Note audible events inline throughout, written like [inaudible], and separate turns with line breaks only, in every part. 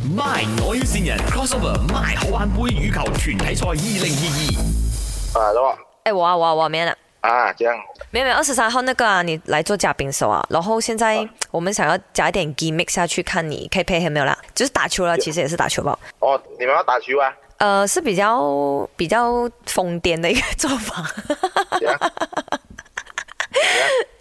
My 我要线人 crossover My 好玩杯羽球團體賽二零二
啊，老王
哎，我啊，我啊，我啊，没了。
啊，这样
没有没有，二十三号那个啊，你来做嘉宾手啊。然后现在我们想要加一点 gimmick 下去，看你可以配合没有啦。就是打球了，其实也是打球吧。
哦，你们要打球啊？
呃，是比较比较疯癫的一个做法。
这
[laughs]
样，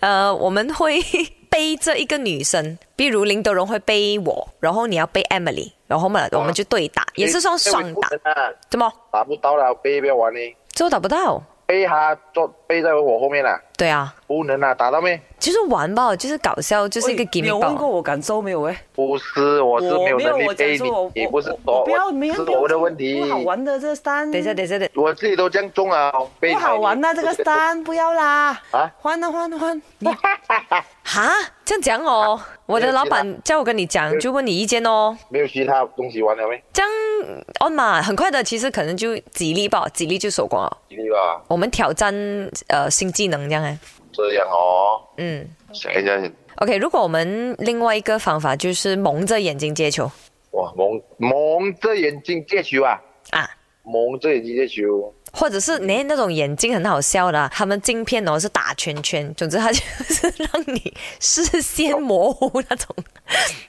呃，我们会背着一个女生，比如林德荣会背我，然后你要背 Emily，然后嘛，我们就对打，也是算双打，
啊，
怎么
打不到了，背不要玩呢，
最后打不到？
背他坐背在我后面了，
对啊，
不能啊，打到没？
就是玩吧，就是搞笑，就是一个
喂你有
gimmick
问
吧。
过我感受没有？哎，
不是，我是没有能力
我讲
背
说我
你，你不是
我
说
我不要没人
是
不要
我的问题
不，好玩的这
[laughs]
个单，
等一下，等一下，等一下，
我自己都这样中啊，背
不好玩呐、
啊，
这个
[laughs]
单不要啦，
啊
换啊换啊换，你
哈，这样讲哦，我的老板叫我跟你讲，就问你意见哦。
没有其他东西玩了没？
这样哦嘛，很快的，其实可能就几粒吧，几粒就手光了。
吉利吧，
我们挑战呃新技能这样哎，
这样哦，
嗯
想一下先，
，OK。如果我们另外一个方法就是蒙着眼睛接球
哇，蒙蒙着眼睛接球啊，
啊，
蒙着眼睛接球，
或者是你那种眼睛很好笑的啊，他们镜片哦是打圈圈，总之它就是让你视线模糊那种。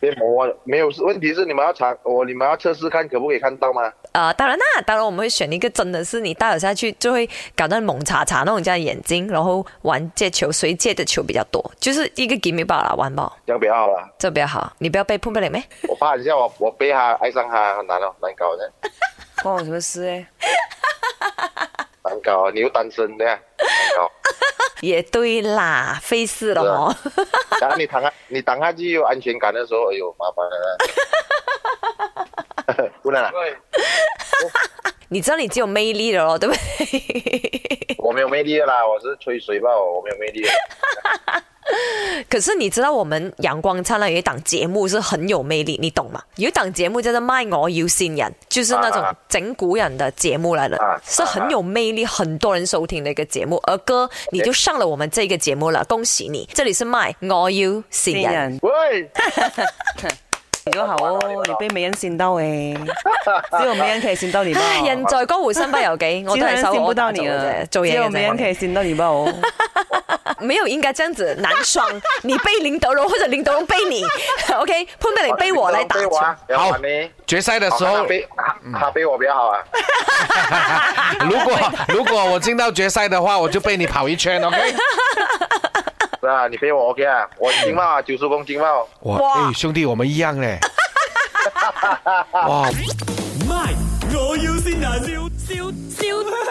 别蒙啊，没有问题是你们要查我，你们要测试看可不可以看到吗？
呃，当然啦，当然我们会选一个真的是你戴了下去就会搞到蒙查查那种叫眼睛，然后玩借球，谁借的球比较多，就是一个 give me ball 啦，玩吧，
这样比较好啦。
这比较好，你不要被碰不了没？
我怕一下我我背他爱上他，很难哦，难搞的，
关我什么事？
欸
哎，
难搞，啊你又单身的，难搞。
也对啦，费事了哦。
然后你躺下你躺下去有安全感的时候，哎呦麻烦了啦。不能啊，
[laughs] 你知道你只有魅力了咯，对不对？
我没有魅力的啦，我是吹水吧，我没有魅力的。
可是你知道我们阳光灿烂有一档节目是很有魅力，你懂吗？有一档节目叫做《卖我有心人》，就是那种
啊啊
整蛊人的节目来的，
啊啊
是很有魅力，很多人收听的一个节目。而哥，你就上了我们这个节目了，恭喜你！这里是卖我有心
新
人。
人
喂，
你就好哦，你被没人信到
[laughs]
哎，只有没人可以信到你吧。
唉， [laughs] 人在江湖身不由己，我
其
都
他 [laughs]
系
人
手
信
我
不
打
到
造
你
嘅
了，
啫，啊做嘢
只有
嘅
没人
啫
可。以信到你吧哦。
没有应该这样子，男双，你背林德荣或者林德荣背你
[laughs]
，OK，潘德你背我来打
背
球
我。啊，
好
好你。
决赛的
好
时
看他
候，
背他他背我比较好啊，
如果如果我进到决赛的话，我就被你跑一圈，OK？
是啊，你背我 OK 啊，我金帽啊，九十公斤帽。
哇，
哇
哎，兄弟，我们一样嘞！哇，
二。My 我要線人，笑笑笑